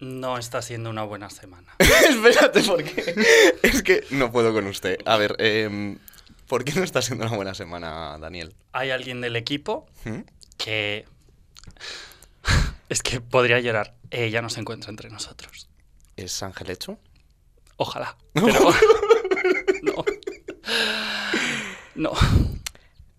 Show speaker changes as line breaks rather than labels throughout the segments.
No está siendo una buena semana.
Espérate, porque es que no puedo con usted. A ver, em, ¿por qué no está siendo una buena semana, Daniel?
Hay alguien del equipo
¿Mm?
que... Es que podría llorar. Eh, ya no se encuentra entre nosotros.
¿Es Ángel Hecho?
Ojalá. Pero... No. No.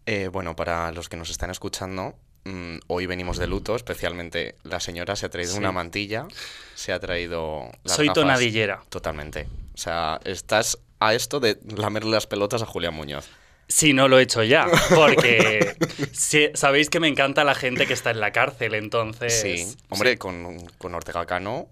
Eh, bueno, para los que nos están escuchando, mm, hoy venimos de luto, especialmente la señora se ha traído
Sí.
una mantilla, se ha traído... las
Soy
gafas.
tonadillera.
Totalmente. O sea, estás a esto de lamerle las pelotas a Julián Muñoz.
Si no lo he hecho ya, porque si- sabéis que me encanta la gente que está en la cárcel, entonces...
sí. Hombre, Con, con Ortega Cano...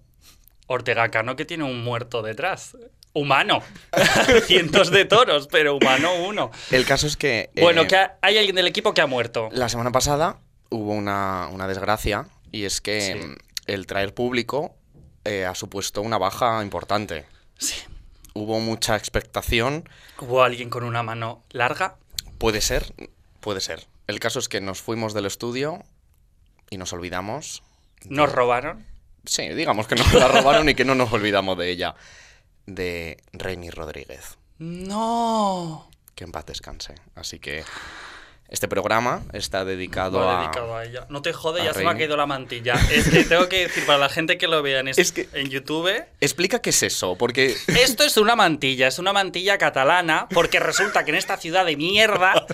Ortega Cano que tiene un muerto detrás. Humano. Cientos de toros, pero humano uno.
El caso es que... eh,
Bueno, que ha- hay alguien del equipo que ha muerto.
La semana pasada hubo una, una desgracia y es que
Sí.
mm, el traer público eh, ha supuesto una baja importante.
Sí.
Hubo mucha expectación,
Hubo alguien con una mano larga.
puede ser, puede ser. El caso es que nos fuimos del estudio y nos olvidamos.
Nos robaron.
Sí, digamos que nos la robaron y que no nos olvidamos de ella. De Remy Rodríguez.
No.
Que en paz descanse. Así que este programa está dedicado
Va
a...
dedicado a ella. No te jode,
a
ya se me ha
Reini.
caído la mantilla. Es que tengo que decir para la gente que lo vea en, es-
Es que-
en YouTube.
Explica qué es eso, porque...
Esto es una mantilla, es una mantilla catalana, porque resulta que en esta ciudad de mierda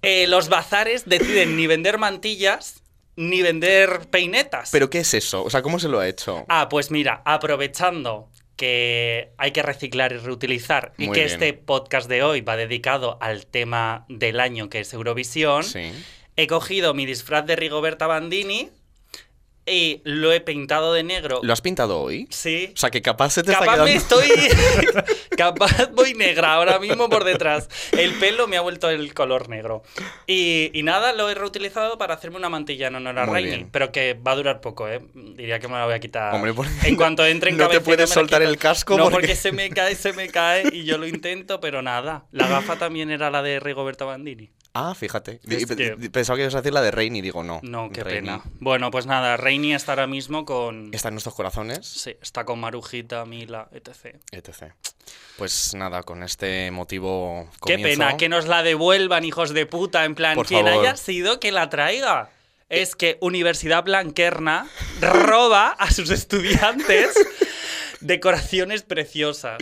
eh, los bazares deciden ni vender mantillas ni vender peinetas.
¿Pero qué es eso? O sea, ¿cómo se lo ha hecho?
Ah, pues mira, aprovechando que hay que reciclar y reutilizar y
Muy
que
bien.
este podcast de hoy va dedicado al tema del año que es Eurovisión,
Sí.
he cogido mi disfraz de Rigoberta Bandini y lo he pintado de negro.
¿Lo has pintado hoy?
Sí.
O sea, que capaz se te está
Capaz
quedando...
me estoy. Capaz voy negra ahora mismo por detrás. El pelo me ha vuelto el color negro. Y, y nada, lo he reutilizado para hacerme una mantilla en honor a
Muy
Rainy.
bien.
Pero que va a durar poco, ¿eh? Diría que me la voy a quitar.
Hombre, porque
En cuanto entre en
no te
cabecera,
puedes
me la
soltar
quito.
el casco
No,
porque-
porque... se me cae, se me cae. Y yo lo intento, pero nada. La gafa también era la de Rigoberta Bandini.
Ah, fíjate.
Es
Y pe-
que-
Pensaba que ibas a decir la de Reini, digo, no.
No, qué
Reini
pena. Bueno, pues nada, Rainy está ahora mismo con.
Está en nuestros corazones,
Sí, está con Marujita, Mila, etc.
etc. Pues nada, con este motivo
Qué
comienzo.
pena, que nos la devuelvan, hijos de puta. En plan,
Por
quien
favor. Eh.
haya sido que la traiga. Es que Universidad Blanquerna roba a sus estudiantes decoraciones preciosas.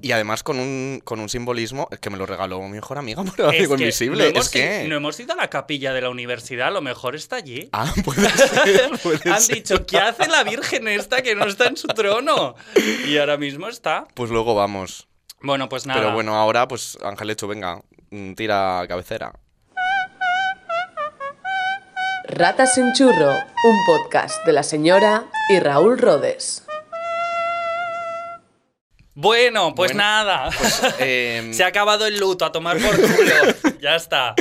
Y además con un, con un simbolismo que me lo regaló mi mejor amiga por
Es
algo
que
invisible.
No hemos,
es que...
no hemos ido a la capilla de la universidad, a lo mejor está allí.
Ah, puede ser, puede
Han
ser.
dicho, ¿qué hace la Virgen esta que no está en su trono? Y ahora mismo está.
Pues luego vamos.
Bueno, pues nada.
Pero bueno, ahora pues Ángel Hecho, venga, mm, tira cabecera.
Ratas en Churro, un podcast de la señora y Raúl Rodes.
Bueno, pues
Bueno,
nada.
Em,
Se ha acabado el luto, a tomar por culo. ya está.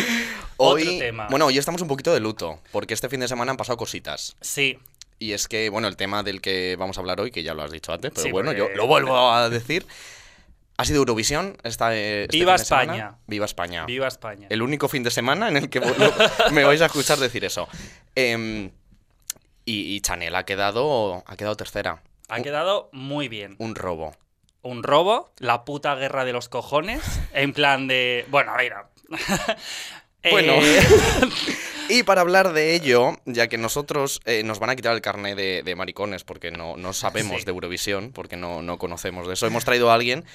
Hoy,
Otro tema.
Bueno, hoy estamos un poquito de luto, porque este fin de semana han pasado cositas.
Sí,
Y es que, bueno, el tema del que vamos a hablar hoy, que ya lo has dicho antes, pero
Sí,
bueno,
porque-
yo lo vuelvo a decir. Ha sido Eurovisión esta. eh, este
Viva
fin de semana.
España.
Viva España.
viva España.
El único fin de semana en el que vuelvo- me vais a escuchar decir eso. Em, y, y Chanel ha quedado, ha quedado tercera.
Ha quedado muy bien.
Un robo.
Un robo, la puta guerra de los cojones, en plan de... Bueno, mira. Eh,
Bueno. Y para hablar de ello, ya que nosotros eh, nos van a quitar el carnet de, de maricones porque no, no sabemos
Sí.
de Eurovisión, porque no, no conocemos de eso, hemos traído a alguien,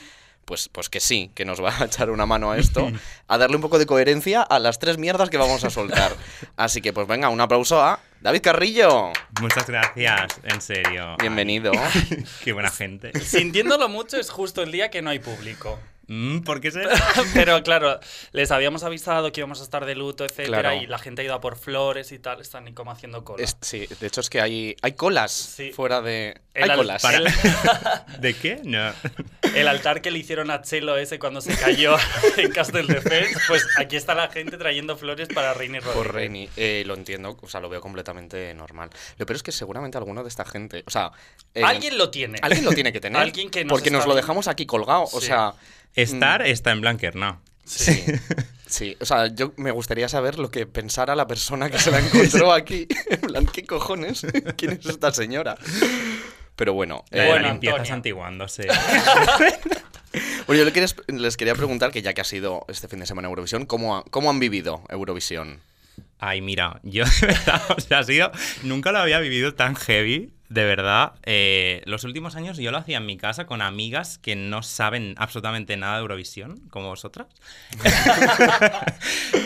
pues, pues que sí, que nos va a echar una mano a esto, a darle un poco de coherencia a las tres mierdas que vamos a soltar. Así que pues venga, un aplauso a David Carrillo.
Muchas gracias, en serio.
Bienvenido.
Ay, Qué buena gente.
sintiéndolo mucho es justo el día que no hay público.
Mm, ¿Por qué se.?
Pero claro, les habíamos avisado que íbamos a estar de luto, etcétera,
Claro.
y la gente ha ido a por flores y tal, están ahí como haciendo cola.
Es- sí, de hecho es que hay, hay colas
Sí.
fuera de...
El
hay
al-
colas.
Para-
el-
¿De qué? No.
El altar que le hicieron a Chelo ese cuando se cayó en Castelldefels, pues aquí está la gente trayendo flores para Reini Rodríguez.
Por Reini, Eh, lo entiendo, o sea, lo veo completamente normal. Lo peor es que seguramente alguno de esta gente, o sea, eh,
Alguien lo tiene.
alguien lo tiene que tener.
Alguien que nos
porque nos
está
lo
viendo.
dejamos aquí colgado, o
Sí.
sea,
Star está en Blanquerna.
sí. Sí, o sea, yo me gustaría saber lo que pensara la persona que se la encontró aquí. En plan, ¿qué cojones? ¿Quién es esta señora? Pero Eh, bueno.
La de
Bueno,
la limpieza
Antonio.
santiguándose.
Eh.
Bueno, yo le quería- les quería preguntar, que ya que ha sido este fin de semana Eurovisión, ¿cómo, ha- cómo han vivido Eurovisión?
Ay, mira, yo de verdad, o sea, ha sido, nunca lo había vivido tan heavy, de verdad. Eh, los últimos años yo lo hacía en mi casa con amigas que no saben absolutamente nada de Eurovisión, como vosotras.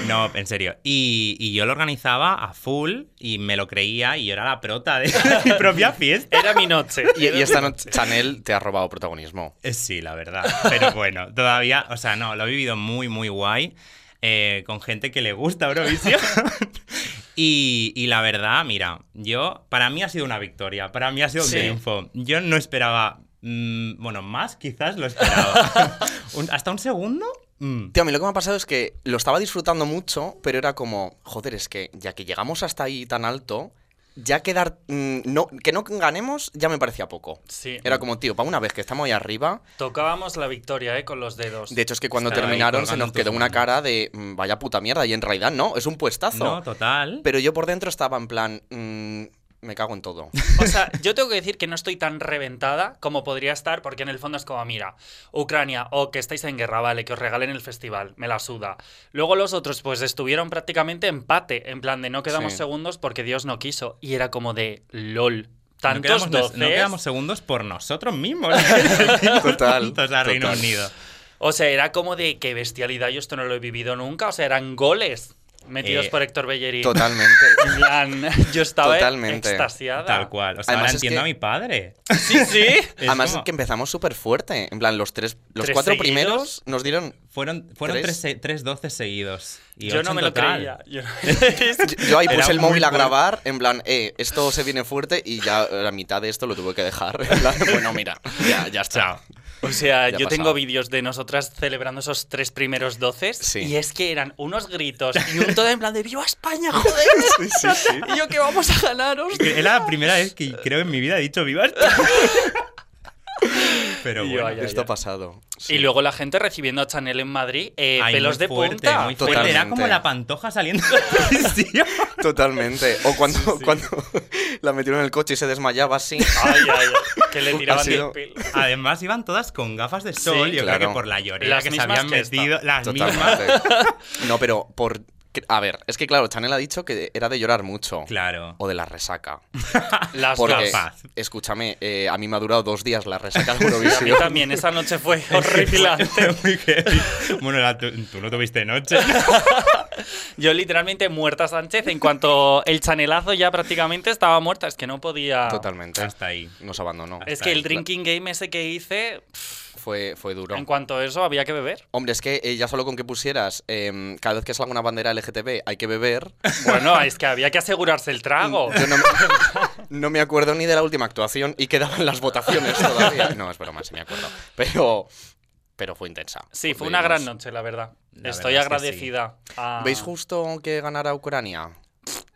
no, en serio. Y, y yo lo organizaba a full y me lo creía y yo era la prota de mi propia fiesta.
Era mi noche.
Y, y esta noche Chanel te ha robado protagonismo.
Eh, Sí, la verdad. Pero bueno, todavía, o sea, no, lo he vivido muy, muy guay. eh, con gente que le gusta Eurovisión. y, y la verdad, mira, yo, para mí ha sido una victoria, para mí ha sido un
Sí.
triunfo. Yo no esperaba, mm, bueno, más quizás lo esperaba. Un- ¿Hasta un segundo? Mm.
Tío, a mí lo que me ha pasado es que lo estaba disfrutando mucho, pero era como, joder, es que ya que llegamos hasta ahí tan alto, ya quedar. mm, no, que no ganemos ya me parecía poco.
Sí.
Era como, tío, para una vez que estamos ahí arriba.
Tocábamos la victoria, ¿eh? Con los dedos.
De hecho, es que cuando
Estaba ahí
terminaron se
colgando
nos
tus
quedó una
manos.
cara de mm, vaya puta mierda. Y en realidad no, es un puestazo.
No, total.
Pero yo por dentro estaba en plan, mm, me cago en todo.
O sea, yo tengo que decir que no estoy tan reventada como podría estar, porque en el fondo es como, mira, Ucrania, o que estáis en guerra, vale, que os regalen el festival, me la suda. Luego los otros, pues estuvieron prácticamente empate, en plan de no quedamos
Sí.
segundos porque Dios no quiso. Y era como de LOL.
no
Tantos
quedamos, no
doces.
quedamos segundos por nosotros mismos.
Total,
O sea, Reino
total.
Unido.
O sea, era como de qué bestialidad, yo esto no lo he vivido nunca. O sea, eran goles metidos
Eh,
por Héctor Bellerín.
Totalmente.
En plan, yo estaba
Totalmente.
extasiada.
Tal cual. O sea,
Además
ahora
es
entiendo
que-
a mi padre.
Sí, sí.
Es
Además
como-
es que empezamos súper fuerte. En plan, los tres, los
Tres
cuatro
seguidos.
primeros nos dieron.
Fueron, fueron
¿Tres?
tres, se- tres 12 seguidos. y
Yo
ocho
no
en
me lo
total.
creía. Yo no-
Yo, yo ahí
Era
puse el
muy
móvil a
fuerte.
grabar, en plan, eh, esto se viene fuerte y ya la mitad de esto lo tuve que dejar. En plan, bueno, mira, Ah, ya, ya está.
Chao.
O sea,
Ya
yo
ha
tengo
pasado.
vídeos de nosotras celebrando esos tres primeros doces
Sí.
y es que eran unos gritos y un todo en plan de ¡Viva España, joder! Y yo que vamos a ganaros.
Que Es la primera vez que creo en mi vida he dicho viva. esto". Pero
Y yo,
bueno.
ay, ya, ay, ya.
esto ha pasado.
Y luego la gente recibiendo a Chanel en Madrid, eh,
Ay,
pelos
muy
de
fuerte,
punta.
muy fuerte. Era
Totalmente.
como la pantoja saliendo del prisión.
Totalmente. O cuando, cuando la metieron en el coche y se desmayaba así.
Ay, ay, ay, que le tiraban
sido-
del pelo.
Además, iban todas con gafas de sol. yo
claro.
creo que por la llorera
Las
que se
mismas
habían
que esta.
metido. Las mismas.
Totalmente. No, pero por. A ver, es que claro, Chanel ha dicho que era de llorar mucho.
Claro.
O de la resaca.
Las
Porque,
gafas.
capaz.
escúchame, eh, a mí me ha durado dos días la resaca de
A mí
Eurovisión.
también, esa noche fue horripilante.
Muy heavy. bueno, la tu- tú no tuviste noche.
Yo literalmente muerta Sánchez, en cuanto el chanelazo ya prácticamente estaba muerta, es que no podía...
Totalmente.
Hasta ahí.
Nos abandonó.
Es que el
Claro.
drinking game ese que hice,
Fue, fue duro.
en cuanto a eso había que beber.
Hombre, es que eh, ya solo con que pusieras em, cada vez que salga una bandera LGTB hay que beber.
Bueno, es que había que asegurarse el trago.
Yo no me, no me acuerdo ni de la última actuación y quedaban las votaciones todavía. No, es broma, sí me acuerdo. Pero, pero fue intensa.
Sí, fue
Porque
una gran
nos-
noche, la verdad.
La
Estoy
verdad es que
agradecida. a-
¿Veis justo que ganara Ucrania?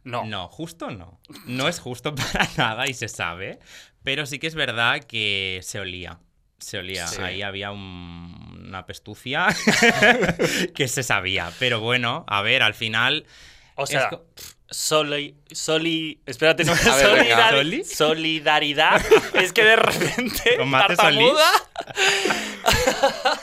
No.
No, justo no. No es justo para nada y se sabe. Pero sí que es verdad que se olía. Se olía.
Sí.
Ahí había un- una pestucia que se sabía. Pero bueno, a ver, al final.
O
es
sea,
co-
soli, soli, espérate, no,
A ver,
solidari-
venga.
¿Soli?
solidaridad. Es que de repente
¿Con Mate
tartamuda.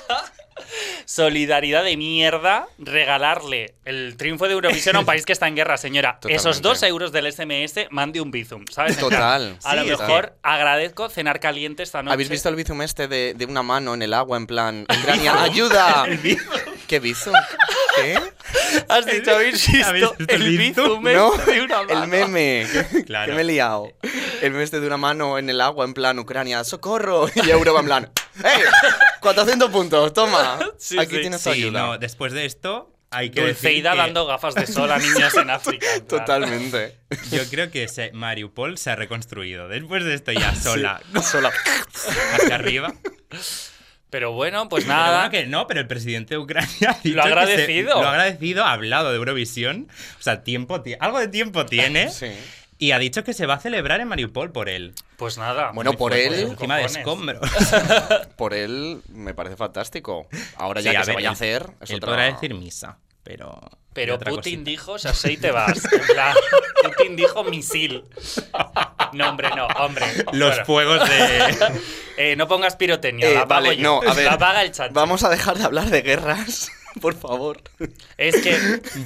Solidaridad de mierda, regalarle el triunfo de Eurovisión a un país que está en guerra, señora. Esos
Totalmente.
dos euros del SMS, mande un bizum, ¿sabes? En plan,
Total.
A lo
Sí, es que-
mejor agradezco cenar caliente esta noche.
¿Habéis visto el bizum este de, de una mano en el agua en plan Ucrania? ¡Ayuda! ¿Qué bizum? ¿Qué?
Has dicho, habéis visto,
¿Habéis ¿Eh? visto
el
el Bizum?
bizum
No,
este de una mano?
el meme. Que,
Claro.
que me he liado. El meme este de una mano en el agua, en plan Ucrania, socorro. Y Europa en plan, ¡eh! 400 puntos, toma.
Sí,
Aquí
sí.
tienes tu
sí,
ayuda.
no, después de esto. Hay que decir
Dulceida
que
dando gafas de sol a niñas en África. en plan.
Totalmente.
Yo creo que se- Mariupol se ha reconstruido. Después de esto ya sola,
Sola.
hacia arriba.
Pero bueno, pues
Pero
nada.
bueno que no, pero el presidente de Ucrania ha dicho
Lo ha
que se-
agradecido.
lo ha agradecido, ha hablado de Eurovisión. O sea, tiempo, ti- algo de tiempo
¿eh?
tiene.
Sí.
Y ha dicho que se va a celebrar en Mariupol por él.
Pues nada.
Bueno,
muy
por
fuerte,
él. ¿eh?
sus
Encima de ¿eh?
cojones.
escombros.
Por él me parece fantástico. Ahora ya
Sí,
que
a
se
ver,
vaya a
él-
hacer. Es
él
otra- Eh,
podrá decir misa, pero. y
Pero
otra
Putin
cosita.
dijo, o sea, sí te vas. En plan, Putin dijo misil. No, hombre, no, hombre.
Los
Bueno,
fuegos de.
eh, no pongas pirotecnia,
Eh,
la apago
vale,
yo.
no, a ver.
La apaga el chat.
Vamos a dejar de hablar de guerras, por favor.
Es que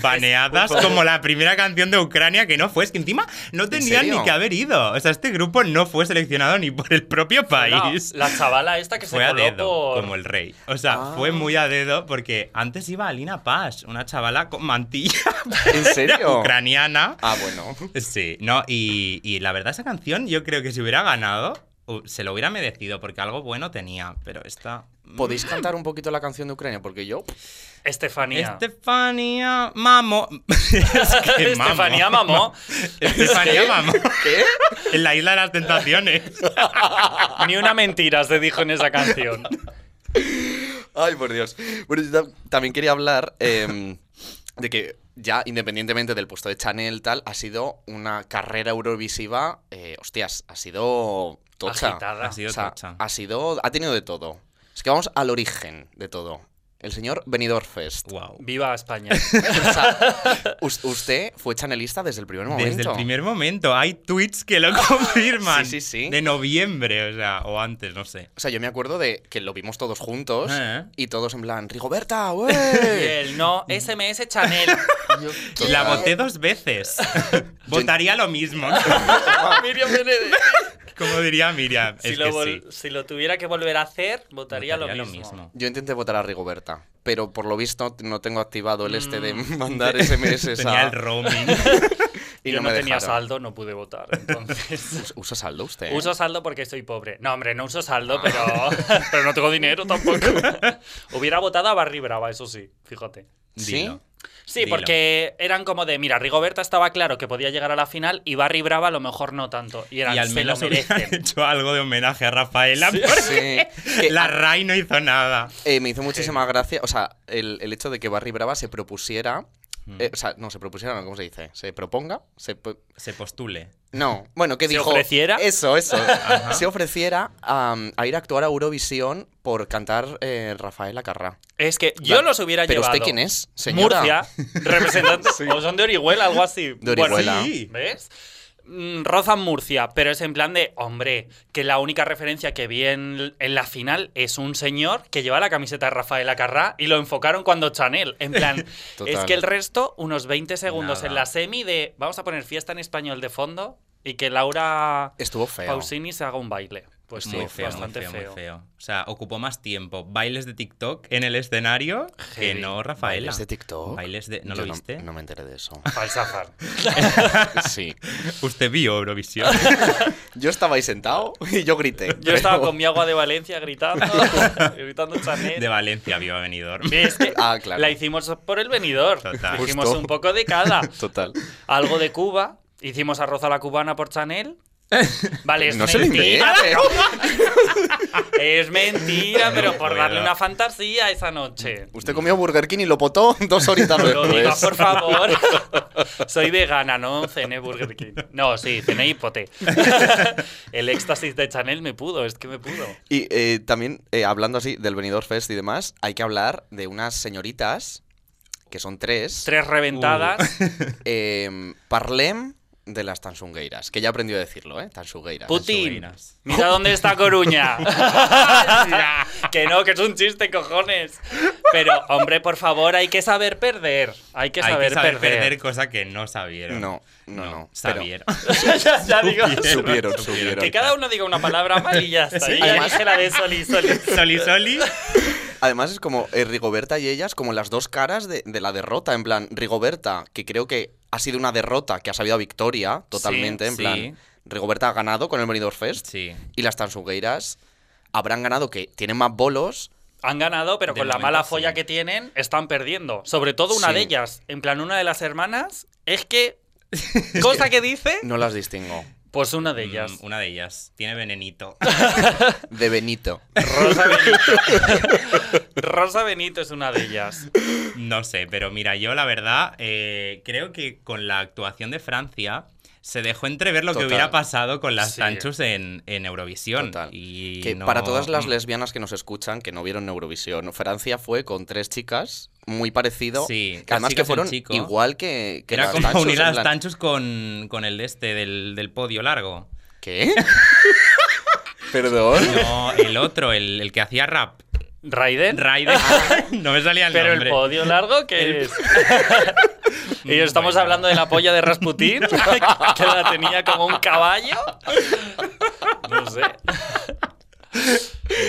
baneadas como la primera canción de Ucrania que no fue. Es que encima no tenían
serio?
ni que haber ido. O sea, este grupo no fue seleccionado ni por el propio país.
la chavala esta que
Fue
se
a
coló
dedo,
por...
como el rey. O sea,
Ah.
fue muy a dedo porque antes iba Alina Paz, una chavala con mantilla
¿En serio?
ucraniana.
Ah, bueno.
Sí, no, y, y la verdad, esa canción yo creo que si hubiera ganado, u- se lo hubiera merecido porque algo bueno tenía, pero esta.
¿Podéis cantar un poquito la canción de Ucrania? Porque yo.
Estefanía.
Este- Estefanía Mamo. Es que mamo.
Estefanía mamó.
Estefanía Mamo.
¿Qué?
En la isla de las tentaciones.
Ni una mentira se dijo en esa canción.
Ay, por Dios. Bueno, yo tam- también quería hablar eh, de que ya, independientemente del puesto de Chanel, tal, ha sido una carrera eurovisiva. eh, hostias, ha sido tocha.
Agitada.
Ha sido
O sea,
tocha.
ha sido. Ha tenido de todo. Es que vamos al origen de todo. El señor Benidorm Fest.
Wow.
Viva España.
O sea, us- usted fue chanelista desde el primer momento.
Desde el primer momento. Hay tweets que lo confirman.
Sí, sí, sí.
De noviembre, o sea, o antes, no sé.
O sea, yo me acuerdo de que lo vimos todos juntos
Eh.
y todos en plan, Rigoberta,
Y
wey.
él, no, SMS Chanel.
La voté dos veces. Votaría lo mismo.
ah,
Miriam Benedek.
Como diría Miriam.
Si,
es
lo
que
vol-
sí.
si lo tuviera que volver a hacer, votaría,
Votaría
lo, mismo.
Yo intenté votar a Rigoberta, pero por lo visto no tengo activado el este de
Mm.
mandar SMS
Tenía
a...
el roaming.
y
Yo
no
no,
me
tenía
dejaron.
saldo, no pude votar. Entonces.
Us- ¿Usa saldo usted? ¿eh?
Uso saldo porque soy pobre. No, hombre, no uso saldo,
Ah.
pero, pero no tengo dinero tampoco. Hubiera votado a Barry Brava, eso sí, fíjate.
¿Sí?
Dilo.
Sí,
Dilo.
porque eran como de, mira, Rigoberta estaba claro que podía llegar a la final y Barry Brava a lo mejor no tanto. Y eran,
Y al
se lo
menos hubieran
merecen.
hecho algo de homenaje a Rafaela. porque
Sí. Que,
La
ah,
RAI no hizo nada.
eh, me hizo muchísima gracia, o sea, el, el hecho de que Barry Brava se propusiera...
Mm.
eh, o sea, no, se propusiera, no, ¿cómo se dice? ¿Se proponga? ¿Se pro-
Se postule.
No, bueno, ¿qué
¿Se
dijo?
ofreciera?
Eso, eso. Se ofreciera am, a ir a actuar a Eurovisión por cantar eh, Rafaela Carrá.
Es que yo
Vale.
los hubiera
¿Pero
llevado.
usted quién es, señora?
Murcia, representante. O son de Orihuela, algo así.
De
Bueno,
Orihuela.
sí, ¿Ves? Mm, Rozan Murcia, pero es en plan de, hombre, que la única referencia que vi en, en la final es un señor que lleva la camiseta de Rafaela Carrá y lo enfocaron cuando Chanel. En plan,
Total.
es que el resto, unos 20 segundos
Nada.
en la semi de, vamos a poner fiesta en español de fondo y que Laura
Estuvo feo.
Pausini se haga un baile. Pues sí,
muy feo,
bastante
muy feo,
feo.
muy feo. O sea, ocupó más tiempo bailes de TikTok en el escenario que
Heavy.
no Rafaela.
¿Bailes de TikTok?
Bailes de- ¿No
Yo
lo viste?
No, me enteré de eso.
Falsafar.
Sí.
Usted vio Eurovisión.
Yo estaba ahí sentado y yo grité.
Yo estaba
pero-
con mi agua de Valencia gritando, gritando Chanel.
de Valencia vio a Benidorm.
Es que
Ah, claro.
La hicimos por el venidor.
Total.
Hicimos
Justo.
un poco de cada.
Total.
Algo de Cuba. Hicimos arroz a la cubana por Chanel. Vale, es
No se lo
mentira.
invente.
es mentira, pero por
puedo.
darle una fantasía esa noche.
Usted comió Burger King y lo potó dos horitas
Lo diga,
después.
por favor. Soy vegana, no cené Burger King. No, sí, cené hipote. El éxtasis de Chanel me pudo, es que me pudo.
Y eh, también, eh, hablando así del Benidorm Fest y demás, hay que hablar de unas señoritas, que son tres,
Tres
Uh.
reventadas.
eh, Parlem de las Tansungueiras, que ya aprendió a decirlo, ¿eh? Tansungueiras.
Putin,
Sobrinas.
mira dónde está Coruña. que no, que es un chiste, cojones. Pero, hombre, por favor, hay que saber perder. Hay que
Hay
saber,
que saber
perder.
perder. cosa que no sabieron.
No, no, no. pero-
Sabieron.
ya, ya digo.
Supieron, supieron.
Que cada uno diga una palabra mal y ya está.
Sí,
Y ya
además-
dije la de Soli, Soli.
Soli Soli.
Además es como eh, Rigoberta y ellas como las dos caras de, de la derrota. En plan, Rigoberta, que creo que ha sido una derrota que ha sabido a victoria totalmente.
Sí,
en
sí.
plan, Rigoberta ha ganado con el Benidorm Fest.
Sí.
Y las Tansugueiras habrán ganado que tienen más bolos.
Han ganado, pero
De
con la
momento,
mala
sí.
folla que tienen, están perdiendo. Sobre todo una
Sí.
de ellas. En plan, una de las hermanas es que. Cosa que dice.
No las distingo.
Pues una de ellas.
Mm, Una de ellas. Tiene venenito.
De Benito.
Rosa Benito. Rosa Benito es una de ellas.
No sé, pero mira, yo la verdad eh, creo que con la actuación de Francia se dejó entrever lo
Total.
que hubiera pasado con las
Sí.
Tanchus en, en Eurovisión.
Total.
Y
que
no-
para todas las
Mm.
lesbianas que nos escuchan, que no vieron Eurovisión, Francia fue con tres chicas muy parecido.
Sí,
que además que
tres chicas y un
fueron
chico.
igual que, que
Era
las
como
Tanchus,
unir
en
a las
plan-
Tanchus con, con el de este del, del podio largo.
¿Qué? Perdón.
No, el otro, el, el que hacía rap.
Raiden.
Raiden.
Ah.
No me salía el
Pero
nombre.
el podio largo que
El-
es. y estamos
Bueno.
hablando de la polla de Rasputín, que la tenía como un caballo. No sé.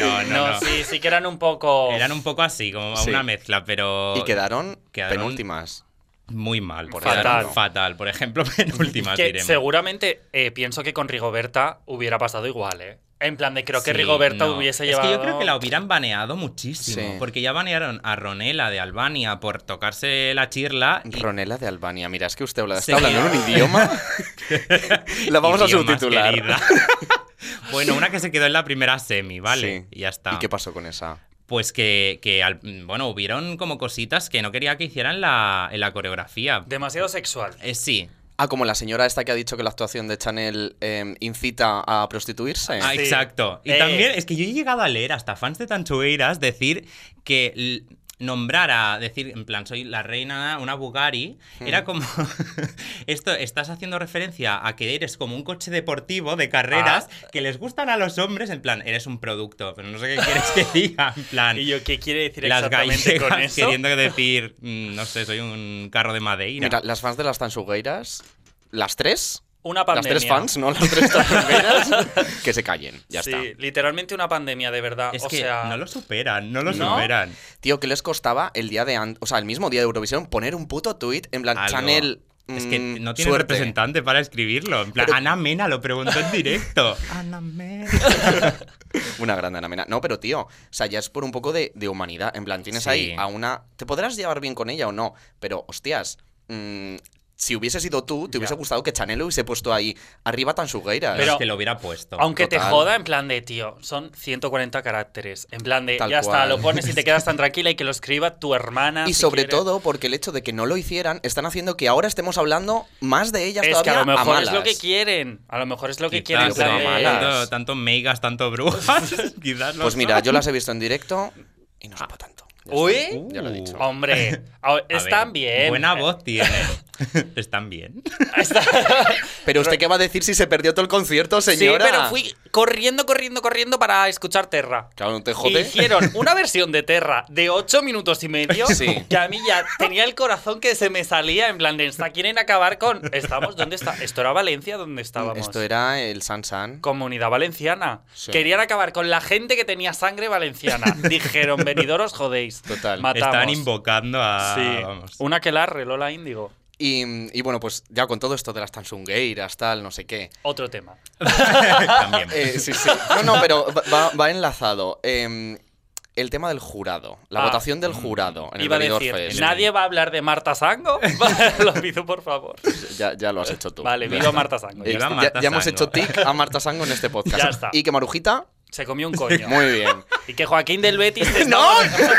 No, no,
No,
no.
sí, sí que eran un poco.
Eran un poco así, como
Sí.
una mezcla, pero.
Y quedaron,
Quedaron-
penúltimas.
Muy mal, por
Fatal.
ejemplo. Fatal. Por ejemplo, penúltimas
que
diremos.
seguramente eh, pienso que con Rigoberta hubiera pasado igual, ¿eh? En plan de creo que
Sí,
Rigoberta
no.
hubiese
Es
llevado.
que yo creo que la hubieran baneado muchísimo.
Sí.
Porque ya banearon a Ronela de Albania por tocarse la chirla. y-
Ronela de Albania. Mira, es que usted habla,
Sí.
está hablando en un idioma. la vamos a
idiomas,
subtitular.
querida. bueno, una que se quedó en la primera semi, ¿vale?
Sí.
Y ya está.
¿Y qué pasó con esa?
Pues que, que al- bueno, hubieron como cositas que no quería que hicieran la, en la coreografía.
Demasiado sexual.
Eh, sí.
Ah, como la señora esta que ha dicho que la actuación de Chanel eh, incita a prostituirse.
Ah,
Sí.
exacto. Y
Eh.
también es que yo he llegado a leer hasta fans de Tanchueiras decir que l- nombrar a decir en plan soy la reina una Bugari
Hmm.
era como esto estás haciendo referencia a que eres como un coche deportivo de carreras
Ah.
que les gustan a los hombres en plan eres un producto pero no sé qué quieres que diga en plan
¿Y yo qué quiere decir
las
exactamente con
gallegas
eso?
queriendo decir mm, no sé soy un carro de madeira
Mira, las fans de las tansugueiras, las tres,
Una pandemia.
las tres fans, ¿no? Las tres tansugueiras, que se callen, ya
sí,
está.
literalmente una pandemia, de verdad.
es
o
que
sea,
no lo superan no lo
¿No?
superan
Tío, ¿qué les costaba el día de antes, o sea, el mismo día de Eurovisión, poner un puto tuit en plan,
Algo.
Chanel,
Es que
mm,
no tiene
suerte.
representante para escribirlo. En plan,
Pero-
Ana Mena lo preguntó en directo. Ana Mena.
Una gran anamena. No, pero tío, o sea, ya es por un poco de, de humanidad. En plan, tienes
Sí.
ahí a una. Te podrás llevar bien con ella o no, pero hostias. mm, si hubiese sido tú, te hubiese gustado que Chanel lo hubiese puesto ahí arriba tan sugueiras.
Pero-
es que lo hubiera puesto.
Aunque te
Total.
joda, en plan de, tío, son 140 caracteres. En plan de,
Tal
ya está,
cual.
lo pones y te quedas tan tranquila y que lo escriba tu hermana.
y
si
sobre
quiere.
todo porque el hecho de que no lo hicieran están haciendo que ahora estemos hablando más de ellas
es que
todavía.
a lo mejor es
malas.
lo que quieren. A lo mejor es lo que quieren.
Quizás,
pero
en
eh,
plan de-
malas.
tanto, tanto meigas, tanto brujas. Quizás lo
Pues
son.
mira, yo las he visto en directo y no supo tanto. Ya
Ah. Uy, Uh.
está, Ya lo he dicho.
hombre, a-
A
están
ver,
bien.
Buena voz tiene. Están bien.
Está-
Pero usted qué va a decir si se perdió todo el concierto, señora.
Sí, pero fui corriendo, corriendo, corriendo para escuchar Terra.
Claro, no te
E
jode.
Hicieron una versión de Terra de 8 minutos y medio
Sí.
que a mí ya tenía el corazón que se me salía en plan de "Está- quieren acabar con estamos dónde está esto era Valencia donde estábamos
Esto era el San San.
comunidad valenciana
Sí.
querían acabar con la gente que tenía sangre valenciana dijeron venidor os jodéis
Total.
matamos
Están invocando a.
sí
vamos.
una que la Lola Índigo
Y, y bueno, pues ya con todo esto de las tansungueiras, tal, no sé qué.
otro tema
También.
Eh, sí, sí. No, no, pero va- va, va enlazado. Em, el tema del jurado, la
Ah.
votación del jurado en
iba a
el Benidorm
decir
Fest.
nadie va a hablar de Marta Sango lo pido por favor
Ya, ya lo has hecho tú.
vale
Ya
viva
está.
Marta Sango
Eh,
Viva
ya-
Marta
ya, hemos
Sango.
hecho tic a Marta Sango en este podcast.
Ya está.
Y que Marujita,
se comió un coño
muy bien.
y que Joaquín del Betis te
¡No!
estaba-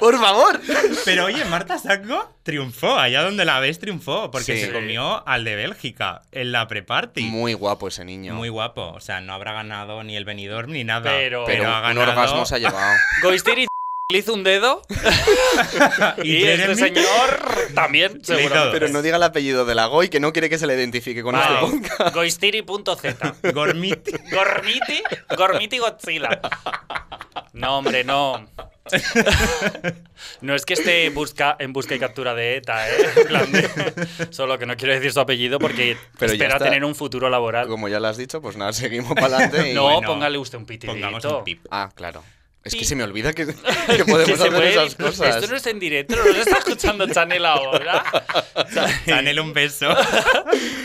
¡Por favor!
Pero oye, Marta Sango triunfó. Allá donde la ves, triunfó. Porque
Sí.
se comió al de Bélgica en la pre-party.
Muy guapo ese niño.
Muy guapo. O sea, no habrá ganado ni el venidor ni nada.
Pero-
pero
ha
un
ganado-
orgasmo se ha llevado.
Goistiri le hizo un dedo y, este
Jeremy
señor también,
hizo
seguramente.
Pero no diga el apellido de la Goy, que no quiere que se le identifique con este
Vale.
podcast.
Goistiri.z.
Gormiti.
Gormiti, Gormiti Godzilla. No, hombre, no. No es que esté busca, en busca y captura de ETA, ¿eh? En plan de- Solo que no quiero decir su apellido porque
Pero ya
espera
está.
tener un futuro laboral.
Como ya lo has dicho, pues nada, seguimos para adelante.
No, pues
bueno,
póngale usted un pitidito.
Pongamos un pip.
Ah, claro. Es que
Pi.
se me olvida que, que podemos
Que se
hacer
puede-
esas cosas.
Esto no es en directo, no lo está escuchando Chanel ahora.
Chanel un beso.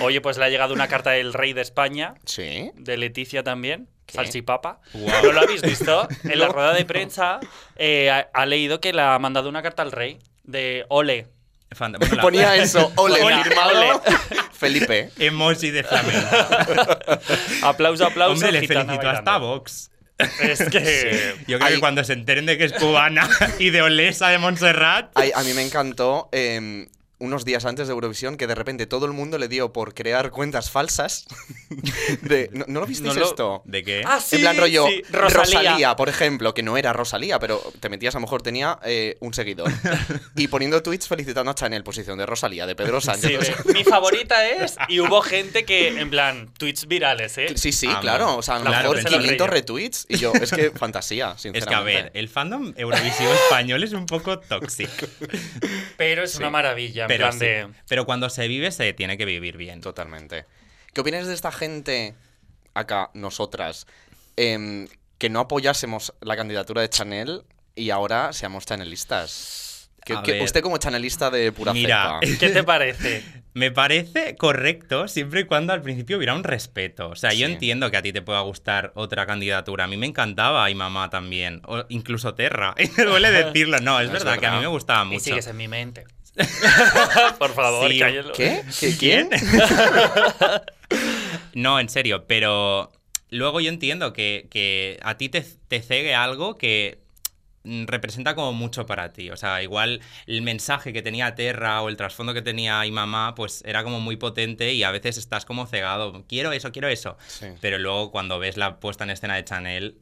Oye, pues le ha llegado una carta del rey de España,
Sí.
de Leticia también,
¿Qué?
Salsipapa.
Guau.
¿No lo habéis visto? En la rueda de prensa eh, ha, ha leído que le ha mandado una carta al rey de Ole.
Fanta- bueno, la-
Ponía eso, ole,
Ole,
firmado
ole.
Felipe.
Emoji de flamenco.
Aplauso, aplauso.
Hombre, le
gitana
felicito
bailando.
hasta Vox.
Es que.
Yo creo
Hay-
que cuando se enteren de que es cubana y de Olesa de Montserrat.
Ay, a mí me encantó eh, unos días antes de Eurovisión que de repente todo el mundo le dio por crear cuentas falsas. de, ¿no, no lo visteis
No lo-
¿Este esto?
¿De qué?
Ah,
en plan rollo
sí,
Rosalía.
Rosalía.
por ejemplo, que no era Rosalía, pero te metías, a lo mejor tenía eh, un seguidor. y poniendo tweets felicitando a Chanel, posición de Rosalía, de Pedro
Sí,
Sánchez. o sea,
de- mi favorita es, y hubo gente que, en plan, tweets virales, ¿eh?
Sí, sí,
Amo.
claro. O sea, a lo
Claro,
mejor
pensé lo
500
reyes.
retweets. Y yo, es que fantasía,
Es que, a
sinceramente.
ver, eh, el fandom Eurovisión español es un poco tóxico.
Pero es una maravilla, en
Pero,
plan
sí.
de.
pero cuando se vive, se tiene que vivir bien.
Totalmente. ¿Qué opinas de esta gente, acá, nosotras, em, que no apoyásemos la candidatura de Chanel y ahora seamos chanelistas? ¿Qué-
A
qué-
ver.
usted como chanelista de pura
Mira,
cepa.
¿Qué te parece?
Me parece correcto siempre y cuando al principio hubiera un respeto. O sea, yo
Sí.
entiendo que a ti te pueda gustar otra candidatura. A mí me encantaba y mamá también. O incluso Terra. Y me duele decirlo. No, es,
Es
verdad, que a mí
verdad.
me gustaba
Y
mucho.
sigues en mi mente. Por favor,
Sí.
cállalo.
¿Qué? ¿Qué- ¿Quién?
No, en serio, pero luego yo entiendo que, que a ti te, te cegue algo que mm, representa como mucho para ti. O sea, igual el mensaje que tenía Terra o el trasfondo que tenía y mamá, pues era como muy potente y a veces estás como cegado. Quiero eso, quiero eso.
Sí.
Pero luego cuando ves la puesta en escena de Chanel,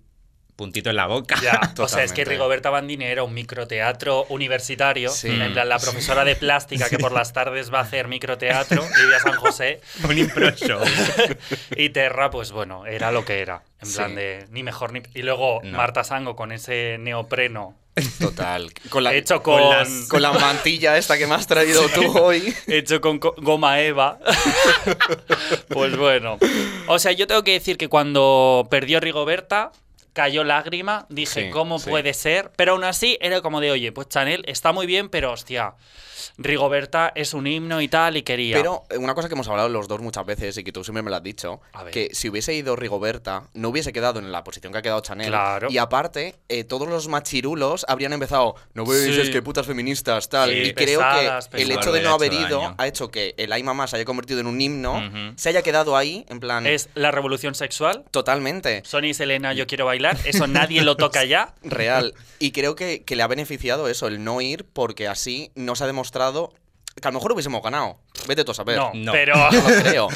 puntito en la boca.
Ya, o sea, es que
Totalmente.
Rigoberta Bandini era un microteatro universitario,
Sí.
en plan la profesora de plástica que por las tardes va a hacer microteatro, Lidia San José,
Un impro show.
y Terra, pues bueno, era lo que era, en
Sí.
plan de ni mejor ni... Y luego
No.
Marta Sango con ese neopreno
Total. Con la,
hecho
con
con,
las-
con la mantilla esta que me has traído tú hoy.
hecho con co- goma Eva. pues bueno. O sea, yo tengo que decir que cuando perdió Rigoberta, cayó lágrima, dije,
Sí,
¿cómo
sí.
puede ser? Pero aún así era como de, oye, pues Chanel está muy bien, pero hostia, Rigoberta es un himno y tal, y quería.
Pero eh, una cosa que hemos hablado los dos muchas veces y que tú siempre me lo has dicho,
A ver.
que si hubiese ido Rigoberta, no hubiese quedado en la posición que ha quedado Chanel.
Claro.
Y aparte, eh, todos los machirulos habrían empezado, no veis
Sí.
es que putas feministas, tal.
Sí,
y
pesadas,
creo que el
pesadas.
hecho de no
Hubiera
haber
hecho
ido
daño.
ha hecho que el Ay Mamá se haya convertido en un himno,
Ujú.
se haya quedado ahí, en plan,
es la revolución sexual.
totalmente
Sony y Selena, yo quiero bailar. Eso nadie lo toca ya.
real. Y creo que, que le ha beneficiado eso, el no ir, porque así nos ha demostrado que a lo mejor hubiésemos ganado. Vete tú a saber.
No,
no.
pero.
no lo creo.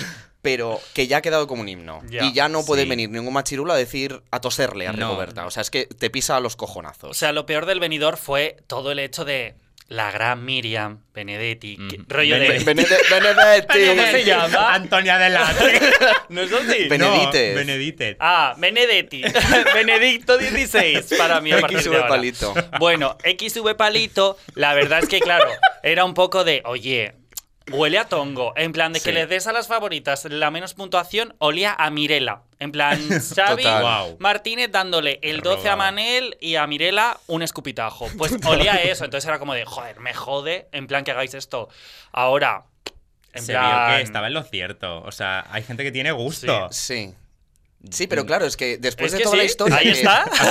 Pero que ya ha quedado como un himno.
Ya.
y ya no puede
Sí.
venir ningún machirulo a decir, a toserle a
No.
Rigoberta. O sea, es que te pisa a los cojonazos.
O sea, lo peor del venidor fue todo el hecho de la gran Miriam Benedetti. que-
Mm.
rollo de.
Bene-
Benede-
¿Cómo
Benedetti.
se llama?
Antonia Delate.
¿No es así?
Bene- Benedites.
No, Benedites.
Ah, Benedetti. Benedicto 16 para mí a partir de
XV
ahora.
palito.
Bueno, XV palito, la verdad es que claro, era un poco de, oye, huele a tongo, en plan de que
Sí.
les des a las favoritas la menos puntuación, olía a Mirela. En plan, Xavi
Total.
Guau.
Martínez dándole el
Me
12 a
robaba.
Manel y a Mirela un escupitajo. Pues olía a eso, entonces era como de, joder, me jode, en plan que hagáis esto. Ahora, en
Se
plan...
vio que estaba en lo cierto. O sea, hay gente que tiene gusto.
Sí. Sí, pero claro, es que después
Mm. Es
Pues de
que
toda la
sí,
historia.
ahí
que-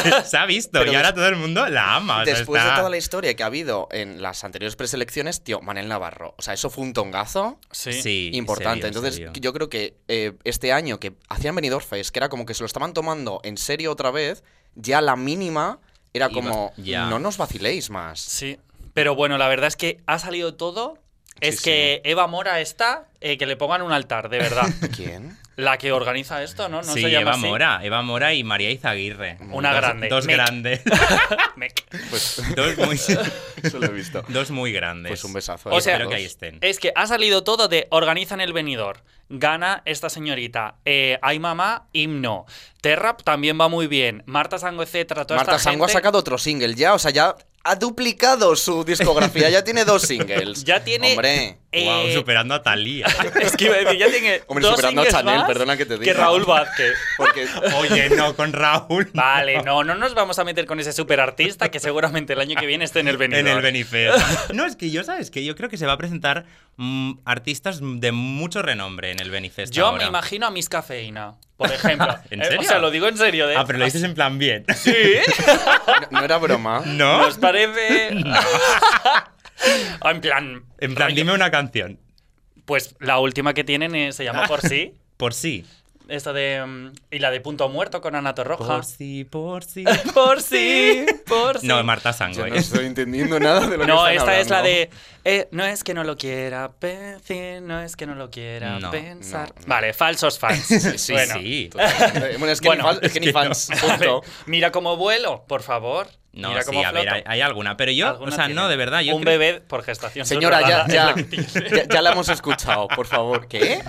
está.
se ha visto
Pero
y ahora
des-
todo el mundo la ama. o sea,
Después de
está-
toda la historia que ha habido en las anteriores preselecciones, tío, Manel Navarro. O sea, eso fue un tongazo
Sí,
importante.
serio,
Entonces,
serio.
yo creo que eh, este año que hacían Benidorm Fest, que era como que se lo estaban tomando en serio otra vez, ya la mínima era
Iba-
como,
ya.
no nos vaciléis más.
Sí, pero bueno, la verdad es que ha salido todo. Es
Sí,
que Eva Mora está, eh, que le pongan un altar, de verdad.
¿Quién?
La que organiza esto, ¿no? No
sí,
se llama
Eva
así.
Mora, Eva Mora y María Izaguirre.
Una
Dos-
grande.
Dos
Mec.
grandes.
Mec.
Pues
dos, muy,
eso lo he visto.
dos muy grandes.
Pues un besazo. a
O
los
sea,
espero
dos.
que ahí estén.
Es que ha salido todo de organizan el venidor, gana esta señorita, eh, hay mamá, himno, Terra también va muy bien, Marta Sango, etcétera, toda
Marta
esta
Sango ha
gente
sacado otro single ya, o sea, ya ha duplicado su discografía, ya tiene dos singles.
Ya tiene-
Hombre.
eh,
Wow, superando a Talía.
Es que iba a decir, ya tiene
Hombre,
dos
superando a
singles
Chanel,
más
perdona que te diga.
Que Raúl Vázquez.
Porque
Oye, no, con Raúl. no.
Vale, no, no nos vamos a meter con ese superartista que seguramente el año que viene esté en el venidor.
En el Benifeo. No, es que yo, ¿sabes? Que yo creo que se va a presentar mm, artistas de mucho renombre en el Benifest.
Yo
ahora.
me imagino a Miss Cafeína, por ejemplo.
¿En
Eh,
serio?
O sea, lo digo en serio. ¿eh? De,
Ah, pero lo dices en plan bien.
¿Sí?
no, no era broma.
¿No?
¿Nos parece...? en plan...
En plan,
rollo-
dime una canción.
Pues la última que tienen eh, se llama Por Sí.
Por sí.
Esta de. mm, Y la de Punto Muerto con Ana Torroja.
Por si, por si.
Por sí, por sí.
No, es Marta Sango.
Yo no
¿eh?
estoy entendiendo nada de lo que
No,
están
esta es la
hablando.
de. eh, no es que no lo quiera pensar, no es que no lo quiera
No,
pensar.
no, no.
Vale, falsos fans.
Sí,
Bueno.
sí.
Totalmente. eh, Bueno, es que,
Bueno,
ni, fan- es que ni
es que
fans.
Vale,
punto.
Mira cómo vuelo, por favor.
No,
Mira
sí,
cómo
a ver,
floto.
hay, hay alguna. Pero yo,
Alguna
o sea,
tiene.
no, de verdad. Yo
Un
creo-
bebé por gestación.
Señora, ya,
subrogada
ya,
es lo que tiene.
ya, ya la hemos escuchado, por favor. ¿Qué?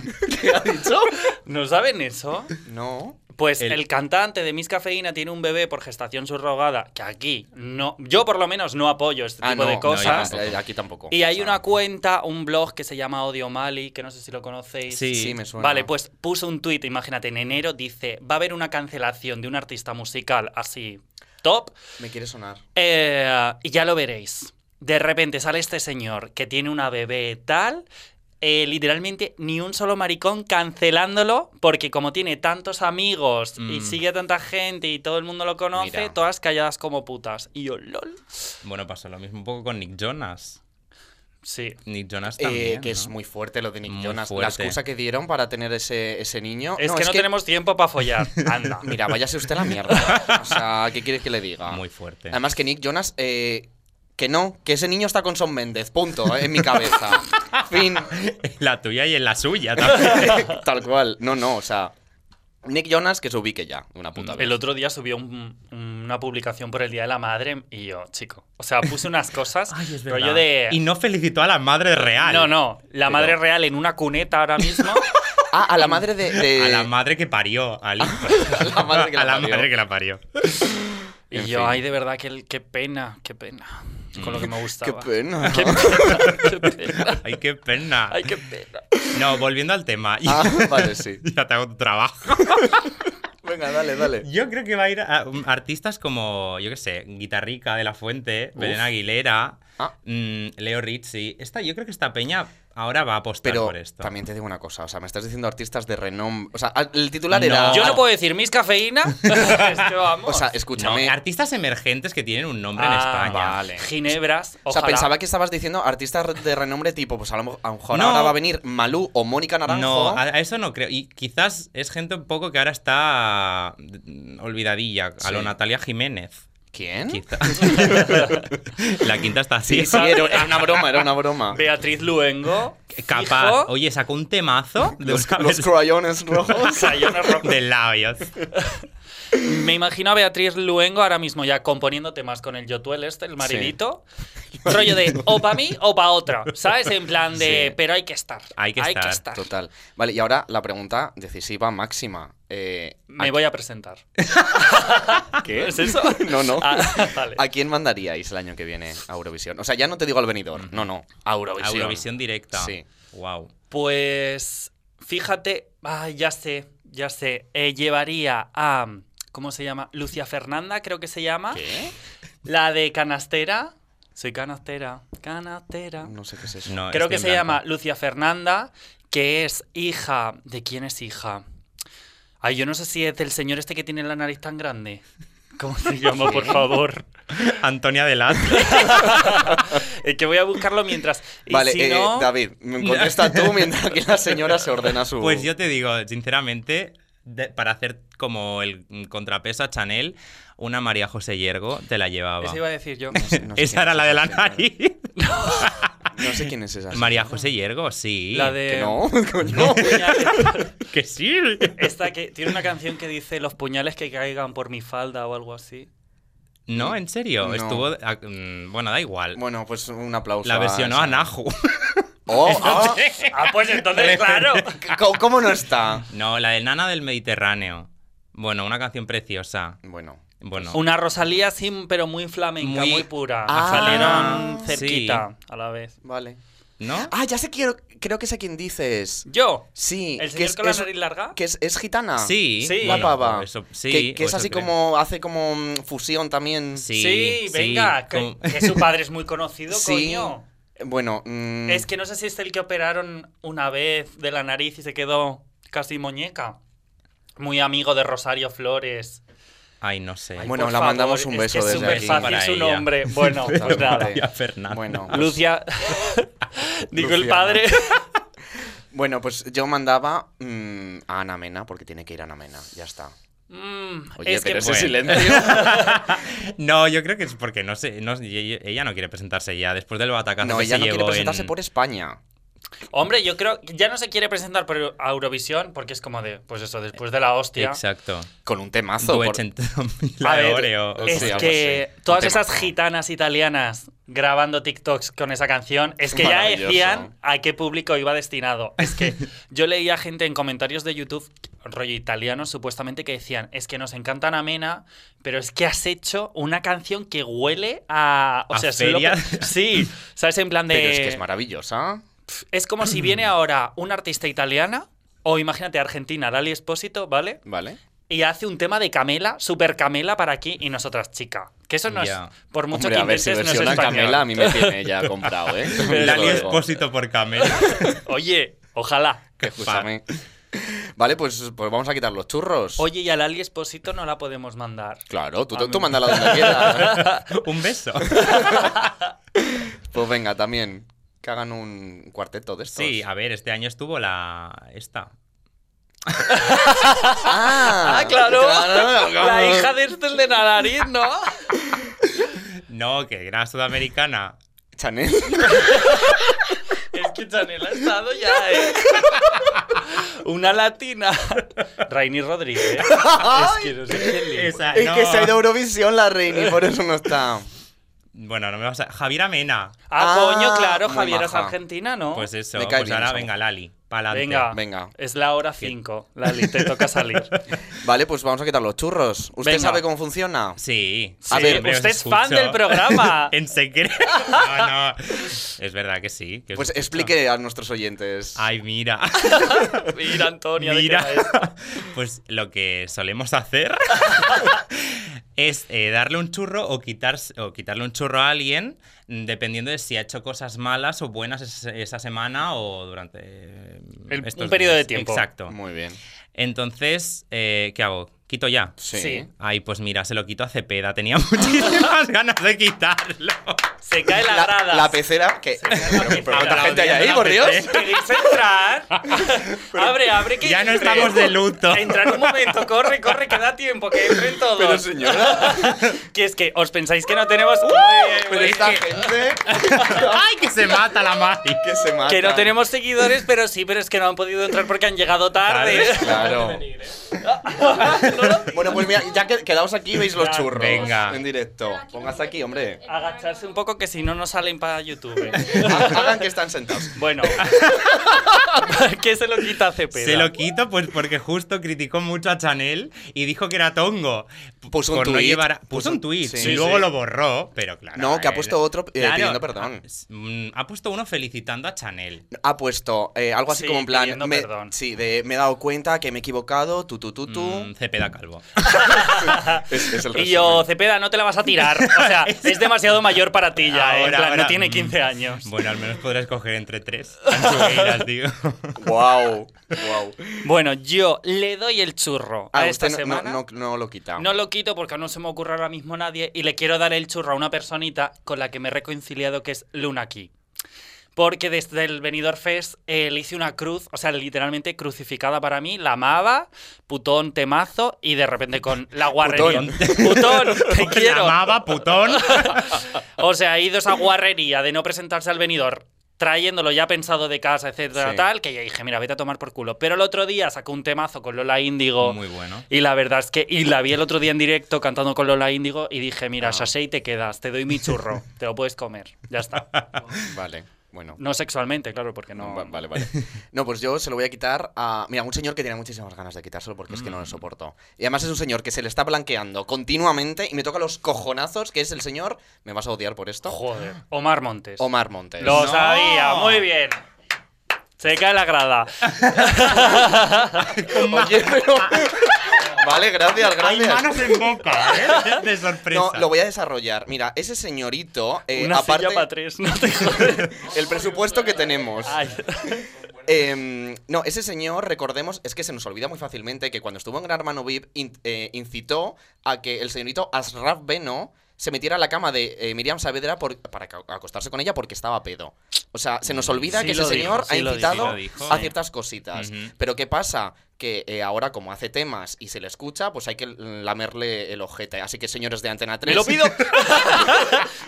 ¿Qué ha dicho?
¿No saben eso?
No.
Pues el,
El-
cantante de Miss Cafeína tiene un bebé por gestación subrogada, que aquí no, yo por lo menos no apoyo este
Ah,
Ah,
tipo de cosas.
tampoco.
eh, aquí tampoco.
y hay
O sea,
una cuenta, un blog que se llama Odio Mali, que no sé si lo conocéis.
Sí.
Sí, me suena.
Vale, pues puso un tuit, imagínate, en enero dice, va a haber una cancelación de un artista musical así top,
Me quiere sonar.
eh, y ya lo veréis. De repente sale este señor que tiene una bebé tal, eh, literalmente ni un solo maricón cancelándolo, porque como tiene tantos amigos y
Mm.
sigue a tanta gente y todo el mundo lo conoce,
Mira.
todas calladas como putas. Y yo, lol.
Bueno, pasó lo mismo un poco con Nick Jonas.
Sí.
Nick Jonas
Eh,
también.
que es
¿no?
muy fuerte lo de Nick
Muy
Jonas. La
fuerte.
excusa que dieron para tener ese, ese niño.
Es que no tenemos tiempo para follar. Anda.
Mira, váyase usted a la mierda. O sea, ¿qué quieres que le diga?
Muy fuerte.
Además que Nick Jonas, eh, que no, que ese niño está con Son Méndez, punto, eh, en mi cabeza. fin.
la tuya y en la suya también.
Tal cual. No, no, o sea, Nick Jonas que se ubique ya, de una puta vez.
El otro día subió un- una publicación por el Día de la Madre y yo, chico. O sea, puse unas cosas.
Ay, es
rollo
verdad.
de.
Y no felicitó a la madre real.
No, no. La
Pero-
madre real en una cuneta ahora mismo.
Ah, a la madre de... de-
A la madre que parió al hijo.
A la madre que la
A
parió.
madre que la parió.
Y
En
yo,
fin.
ay, de verdad, qué, qué pena, qué pena. Con lo que me
Qué ah.
gustaba.
pena.
Qué pena, qué pena.
Ay, qué pena.
Ay, qué pena.
No, volviendo al tema.
Ah, vale, sí.
ya te hago tu trabajo.
Venga, dale, dale.
Yo creo que va a ir a um, artistas como, yo qué sé, Guitarrica de la Fuente,
Uf.
Belén Aguilera,
Ah.
mm, Leo Rizzi. Esta, yo creo que esta peña ahora va a apostar
Pero
por esto.
también te digo una cosa, o sea, me estás diciendo artistas de renombre. O sea, al- el titular
No.
era...
Yo no puedo decir mis cafeína. Es que vamos.
Ah. O sea,
No,
escúchame.
artistas emergentes que tienen un nombre en
Ah,
España.
vale.
Ginebras.
O sea,
ojalá.
pensaba que estabas diciendo artistas de renombre tipo, pues a lo mo- a lo mejor
No.
ahora va a venir Malú o Mónica Naranjo.
No, a a eso no creo. Y quizás es gente un poco que ahora está mm, olvidadilla, a lo
Sí.
Natalia Jiménez.
¿Quién?
Quizás. la quinta está así.
Sí, sí, era, era una broma, era una broma.
Beatriz Luengo.
Capaz.
fijo,
Oye, sacó un temazo de
Los,
una
los
vez-
crayones rojos.
Sayona Ro-
de labios.
Me imagino a Beatriz Luengo ahora mismo ya componiendo temas con el Yotuel este, el maridito. Rollo de o para mí o para otra. ¿Sabes? En plan de,
Sí.
pero hay que estar.
Hay que estar.
Total. Vale, y ahora la pregunta decisiva máxima. Eh,
Me voy a presentar. ¿Qué? ¿Es eso?
No, no.
Ah, vale.
¿A quién mandaríais el año que viene a Eurovisión? O sea, ya no te digo al venidor. No, no. A Eurovisión.
Eurovisión directa.
Sí.
Wow.
Pues fíjate, ay, ya sé, ya sé, Eh, llevaría a, ¿cómo se llama? Lucia Fernanda, creo que se llama,
¿Qué?
la de Canastera, soy Canastera, Canastera,
No sé qué es eso.
No,
creo
estoy
que
en
se
blanco.
llama Lucia Fernanda, que es hija, ¿de quién es hija? Ay, yo no sé si es del señor este que tiene la nariz tan grande. ¿Cómo se llama, por favor?
Antonia Delante.
Es que voy a buscarlo mientras. Y
Vale,
si
eh,
no,
David, me contesta tú mientras que la señora se ordena su.
Pues yo te digo, sinceramente, de- para hacer como el mm, contrapeso a Chanel, una María José Yergo te la llevaba.
eso iba a decir yo.
No sé quién
Esa era
es
la de la
señora.
nariz.
No sé quién es esa.
María
señora.
José Yergo, sí.
La de...
Que no, coño.
Que sí.
Esta que tiene una canción que dice los puñales que caigan por mi falda o algo así.
No, en serio.
No.
Estuvo. ah, mm, Bueno, da igual.
Bueno, pues un aplauso.
la
a
versionó
esa.
a Naju.
Oh, ah,
Ah, pues entonces, claro.
¿cómo- ¿Cómo no está?
No, la de Nana del Mediterráneo. Bueno, una canción preciosa.
Bueno.
Bueno.
Una Rosalía sin, pero muy flamenca, muy,
Muy-
pura.
Ah,
Salieron
sí.
cerquita a la vez.
Vale.
¿No?
Ah, ya sé quiero, creo que sé quién dices.
Yo,
Sí,
el
que
señor
es,
con la
es-
nariz larga.
que es, es gitana.
Sí. pues
Sí.
Ah. La
Bueno,
pava.
eso- sí,
que, que
o
es
eso
así
creo.
como hace como mm, fusión también.
Sí,
Sí, sí,
venga, que,
como-
que su padre es muy conocido,
Sí.
coño.
Bueno, mm,
Es que no sé si es el que operaron una vez de la nariz y se quedó casi muñeca. Muy amigo de Rosario Flores.
Ay, no sé.
Ay,
Bueno,
por
la
favor,
mandamos un
es que
beso
es
desde
súper
aquí.
fácil
Para
su
ella.
nombre. Bueno, pues nada.
Totalmente.
María Fernanda.
Bueno.
Lucia. Digo el
Luciana.
padre.
Bueno, pues yo mandaba mm, a Ana Mena, porque tiene que ir Ana Mena, ya está.
Mm,
Oye,
es
pero
que
ese
fue-
silencio.
No, yo creo que es porque no sé, no, ella no quiere presentarse ya después del batacazo
no,
que
ella
se
no quiere
llevó
presentarse
en-
por España.
Hombre, yo creo que ya no se quiere presentar por Eu- a Eurovisión porque es como de, pues eso, después de la hostia.
Exacto.
Con un temazo. por-
80.000
A ver,
Oreo, o
es
sí,
sea.
algo
que
así.
todas
Un
esas
temazo.
gitanas italianas grabando TikToks con esa canción, es que ya
Maravilloso.
decían a qué público iba destinado. Es que yo leía gente en comentarios de YouTube, rollo italiano, supuestamente que decían, es que nos encantan Amena, pero es que has hecho una canción que huele a... O
¿A
sea, solo-
feria?
Sí, ¿sabes? En plan de...
Pero es que es maravillosa.
Es como si viene ahora una artista italiana o imagínate Argentina, Lali Espósito, ¿vale?
Vale.
Y hace un tema de Camela, super Camela para aquí y nosotras chica. Que eso no
Ya.
es por mucho
Hombre,
que
a ver si
inventes no es
versiona
español.
Camela, a mí me tiene ya comprado, ¿eh? También te
Lali
lo digo.
Espósito por Camela.
Oye, ojalá.
Escúchame. Vale, pues, pues vamos a quitar los churros.
Oye, y a Lali Espósito no la podemos mandar.
Claro, tú,
A
tú
mí-
mándala donde quieras. ¿eh?
Un beso.
Pues venga, también. Que hagan un cuarteto de estos.
Sí, a ver, este año estuvo la. Esta.
Ah,
Ah, claro.
claro, claro.
La hija de este de la nariz, ¿no?
No, que era sudamericana.
Chanel.
es que Chanel ha estado ya, ¿eh? Una latina. Rainy Rodríguez. Es que no sé quién le-
Esa,
Es
no.
que se ha ido a Eurovisión la reina por eso no está.
Bueno, no me vas a. Javier Amena.
Ah,
Ah,
coño, claro,
muy
Javier es
maja.
argentina, ¿no?
Pues eso,
Me cae
pues
bien
ahora
esa
venga, Lali. Pa'lante.
Venga,
Venga.
es la hora 5. Lali, te toca salir.
Vale, pues vamos a quitar los churros. ¿Usted
Venga.
sabe cómo funciona?
Sí.
A
sí,
ver,
hombre, os
usted es
escucho.
fan del programa.
en secreto. No, no. Es verdad que sí. que os
Pues
escucho.
explique a nuestros oyentes.
Ay, mira.
Mira, Antonia, ¿de qué
Mira,
va esto?
pues lo que solemos hacer es eh, darle un churro o, quitarse, o quitarle un churro a alguien mm, dependiendo de si ha hecho cosas malas o buenas es- esa semana o durante eh,
El- un
estos
periodo de
días.
tiempo.
Exacto.
Muy bien.
Entonces, eh, ¿qué hago? ¿Quito ya?
Sí.
Sí.
Ay, pues mira, se lo quito a Cepeda. Tenía muchísimas ganas de quitarlo.
Se cae la, grada.
la pecera, que. Pero, pero ¿cuánta gente hay ahí, por Dios?
¿Queréis entrar? abre, abre, que
Ya no
entren.
estamos de luto.
Entrar un momento, corre, corre, que da tiempo, que entren todos.
Pero señora,
Que es que os pensáis que no tenemos.
¡Uh! pero esta gente
¡Ay, que se mata la Mari!
que se mata.
que no tenemos seguidores, pero sí, pero es que no han podido entrar porque han llegado tarde.
Claro. Bueno, pues mira, ya que quedaos aquí y veis los churros.
Venga.
En directo. Póngase aquí, hombre.
Agacharse un poco que si no, no salen para YouTube.
Hagan que están sentados.
Bueno. ¿Qué se lo quita Cepeda?
Se lo quito pues porque justo criticó mucho a Chanel y dijo que era tongo. P-
Puso un
por no
tuit.
llevar a-
Puso
puso
un-
un tuit
sí.
y
Sí,
luego
sí.
lo borró, pero claro.
No, que ha
él-
puesto otro, eh, pidiendo perdón.
Ha, s- mm, ha puesto uno felicitando a Chanel.
Ha puesto eh, algo así
Sí,
como en plan.
pidiendo
me-
perdón.
Sí, de me he dado cuenta que me he equivocado, tú, tú, tú, tú.
Mm, Cepeda Calvo.
Es, es el
Y yo,
resumen.
Cepeda, no te la vas a tirar. O sea, es demasiado mayor para ti ya. eh. en
Ahora,
plan,
ahora,
no tiene
mm,
15 años.
Bueno, al menos podrás escoger entre tres. Anchoeiras, tío.
Guau, guau.
Bueno, yo le doy el churro
Ah,
a esta
usted no- no,
semana.
no- no lo quita.
No lo quito porque no se me ocurre ahora mismo nadie y le quiero dar el churro a una personita con la que me he reconciliado que es Luna Key. Porque desde el Venidor Fest eh, le hice una cruz, o sea, literalmente crucificada para mí, la amaba, putón, temazo, y de repente con la guarrería.
Putón.
Putón, te quiero.
Llamaba putón.
O sea, ido esa guarrería de no presentarse al venidor, trayéndolo ya pensado de casa, etcétera,
Sí.
tal, que yo dije, mira, vete a tomar por culo. Pero el otro día sacó un temazo con Lola Índigo.
Muy bueno.
Y la verdad es que, y la vi el otro día en directo cantando con Lola Índigo y dije,
Ah.
mira, Sashay, te quedas, te doy mi churro, te lo puedes comer, ya está.
Vale, bueno.
No sexualmente, claro, porque no...
Va- Vale, vale. No, pues yo se lo voy a quitar a. Mira, un señor que tiene muchísimas ganas de quitárselo porque es que no lo soporto. Y además es un señor que se le está blanqueando continuamente y me toca los cojonazos, que es el señor. Me vas a odiar por esto.
Joder. Omar Montes.
Omar Montes.
Lo
No.
sabía, muy bien. Se cae la grada.
Oye, pero- vale, gracias,
Hay
gracias.
manos en boca, ¿eh? De sorpresa.
No, lo voy a desarrollar. Mira, ese señorito, eh,
Una
aparte
silla para Ah, tres, no te jodes.
el presupuesto que tenemos.
Ay.
Em, no, ese señor, recordemos, es que se nos olvida muy fácilmente que cuando estuvo en Gran Hermano VIP in- eh, incitó a que el señorito Asraf Beno se metiera a la cama de eh, Miriam Saavedra por- para ca- acostarse con ella porque estaba pedo. O sea, se nos olvida
Sí
que ese
lo dijo,
señor
sí
ha
lo dijo.
incitado
Sí lo dijo.
a
Sí.
ciertas cositas.
Ujú.
Pero ¿qué pasa? Que eh, ahora, como hace temas y se le escucha, pues hay que lamerle el ojete. Así que, señores de Antena
¡Me
3.
lo pido!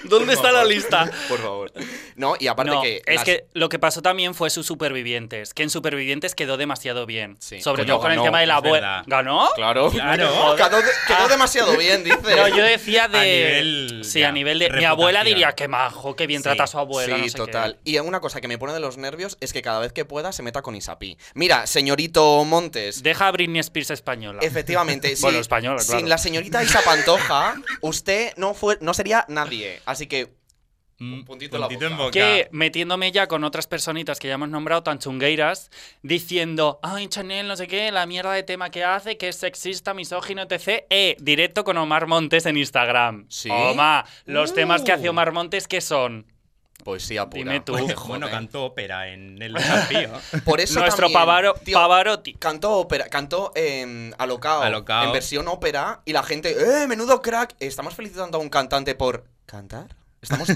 ¿Dónde está la
favor.
lista?
Por favor. No, y aparte
No,
que.
es
las-
que lo que pasó también fue sus supervivientes, que en supervivientes quedó demasiado bien.
Sí.
Sobre
Coño,
todo con el
ganó,
tema de la
es
abuela.
verdad.
¿Ganó?
Claro.
Claro.
Quedó, de- quedó
Ah.
demasiado bien, dice.
No, yo decía de.
A nivel,
sí,
ya,
a nivel de. Mi abuela
reputación.
diría que majo, que bien
Sí,
trata a su abuela.
sí,
no sé qué".
total. Y una cosa que me pone de los nervios es que cada vez que pueda se meta con Isapi. Mira, señorito Montes.
Deja a Britney Spears española.
Efectivamente, sí.
Bueno, española, claro.
Sin la señorita Isa Pantoja, usted no, fue, no sería nadie. Así que,
Mm,
Un
puntito en la boca.
que metiéndome ya con otras personitas que ya hemos nombrado tan chungueiras, diciendo, ay, Chanel, no sé qué, la mierda de tema que hace, que es sexista, misógino, etc. Eh, directo con Omar Montes en Instagram.
¿Sí?
Oma, los
Uh.
temas que hace Omar Montes, ¿qué son?
poesía pura.
Dime tú.
pues Joder.
Bueno, cantó ópera en el desafío.
Por eso
Nuestro
también,
Pavaro-
tío,
Pavarotti.
Cantó ópera, cantó eh, Alocao,
Alocao.
en versión ópera y la gente, ¡eh, menudo crack! Estamos felicitando a un cantante por cantar. ¿Estamos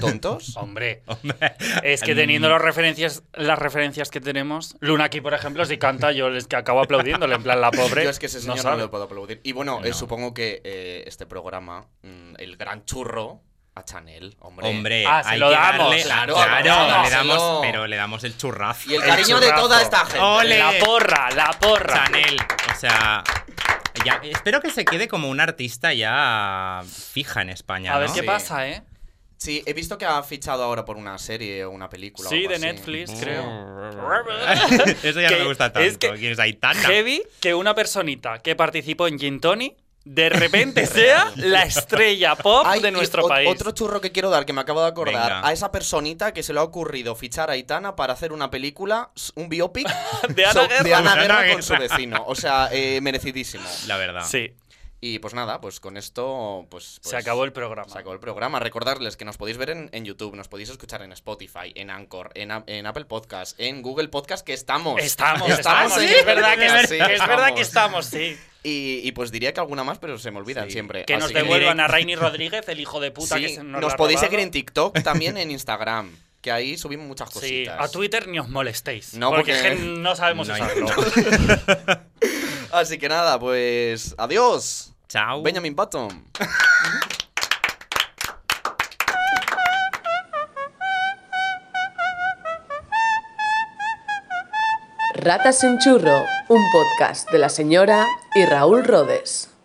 tontos?
Hombre,
Hombre.
es que teniendo las referencias, las referencias que tenemos, Luna aquí, por ejemplo, si canta, yo les que acabo aplaudiéndole, en plan, la pobre.
Yo es que ese señor no,
sabe.
lo puedo aplaudir. Y bueno, eh,
No.
supongo que eh, este programa, mm, el gran churro, a Chanel, hombre.
Hombre,
Ah, se
hay
lo
que
damos.
darle,
Claro,
claro,
dámoselo.
le damos, pero le damos el churrazo.
Y el cariño de
churrazo.
toda esta gente.
Ole.
La porra, la porra.
Chanel, o sea, ya- espero que se quede como un artista ya fija en España,
A ver
¿no?
qué
Sí.
pasa, ¿eh?
Sí, he visto que ha fichado ahora por una serie o una película. o
Sí,
algo
de
así.
Netflix,
Mm.
creo.
Eso ya no
Que-
me gusta tanto.
es que-
¿Quién es Aitana?
Heavy que una personita que participó en Gin Tony de repente sea la estrella pop
Ay,
de
y
nuestro
o-
país.
Otro churro que quiero dar, que me acabo de acordar,
Venga.
a esa personita que se le ha ocurrido fichar a Aitana para hacer una película, s- un biopic
De Ana
so-
Guerra.
Ana
Ana
Guerra
Guerra.
con su vecino. O sea, eh, merecidísimo.
La verdad.
Sí,
Y pues nada, pues con esto pues,
se
pues,
acabó el programa.
se acabó el programa. Recordarles que nos podéis ver en, en YouTube, nos podéis escuchar en Spotify, en Anchor, en, A- en Apple Podcast, en Google Podcast, que estamos.
Estamos, estamos,
Estamos en-
es verdad que,
Sí,
es verdad que estamos,
estamos.
sí.
Y, y pues diría que alguna más, pero se me olvidan
Sí.
siempre.
Que nos
Así
devuelvan a Rainy Rodríguez, el hijo de puta
Sí,
que se nos
nos,
la ha
podéis
robado.
seguir en TikTok, también en Instagram, que ahí subimos muchas
Sí,
cositas.
a Twitter ni os molestéis.
No,
porque,
porque-
es que no sabemos
No hay-
usarlo.
Así que nada, pues adiós.
Chao.
Benjamin Button.
Ratas en Churro, un podcast de la señora y Raúl Rodes.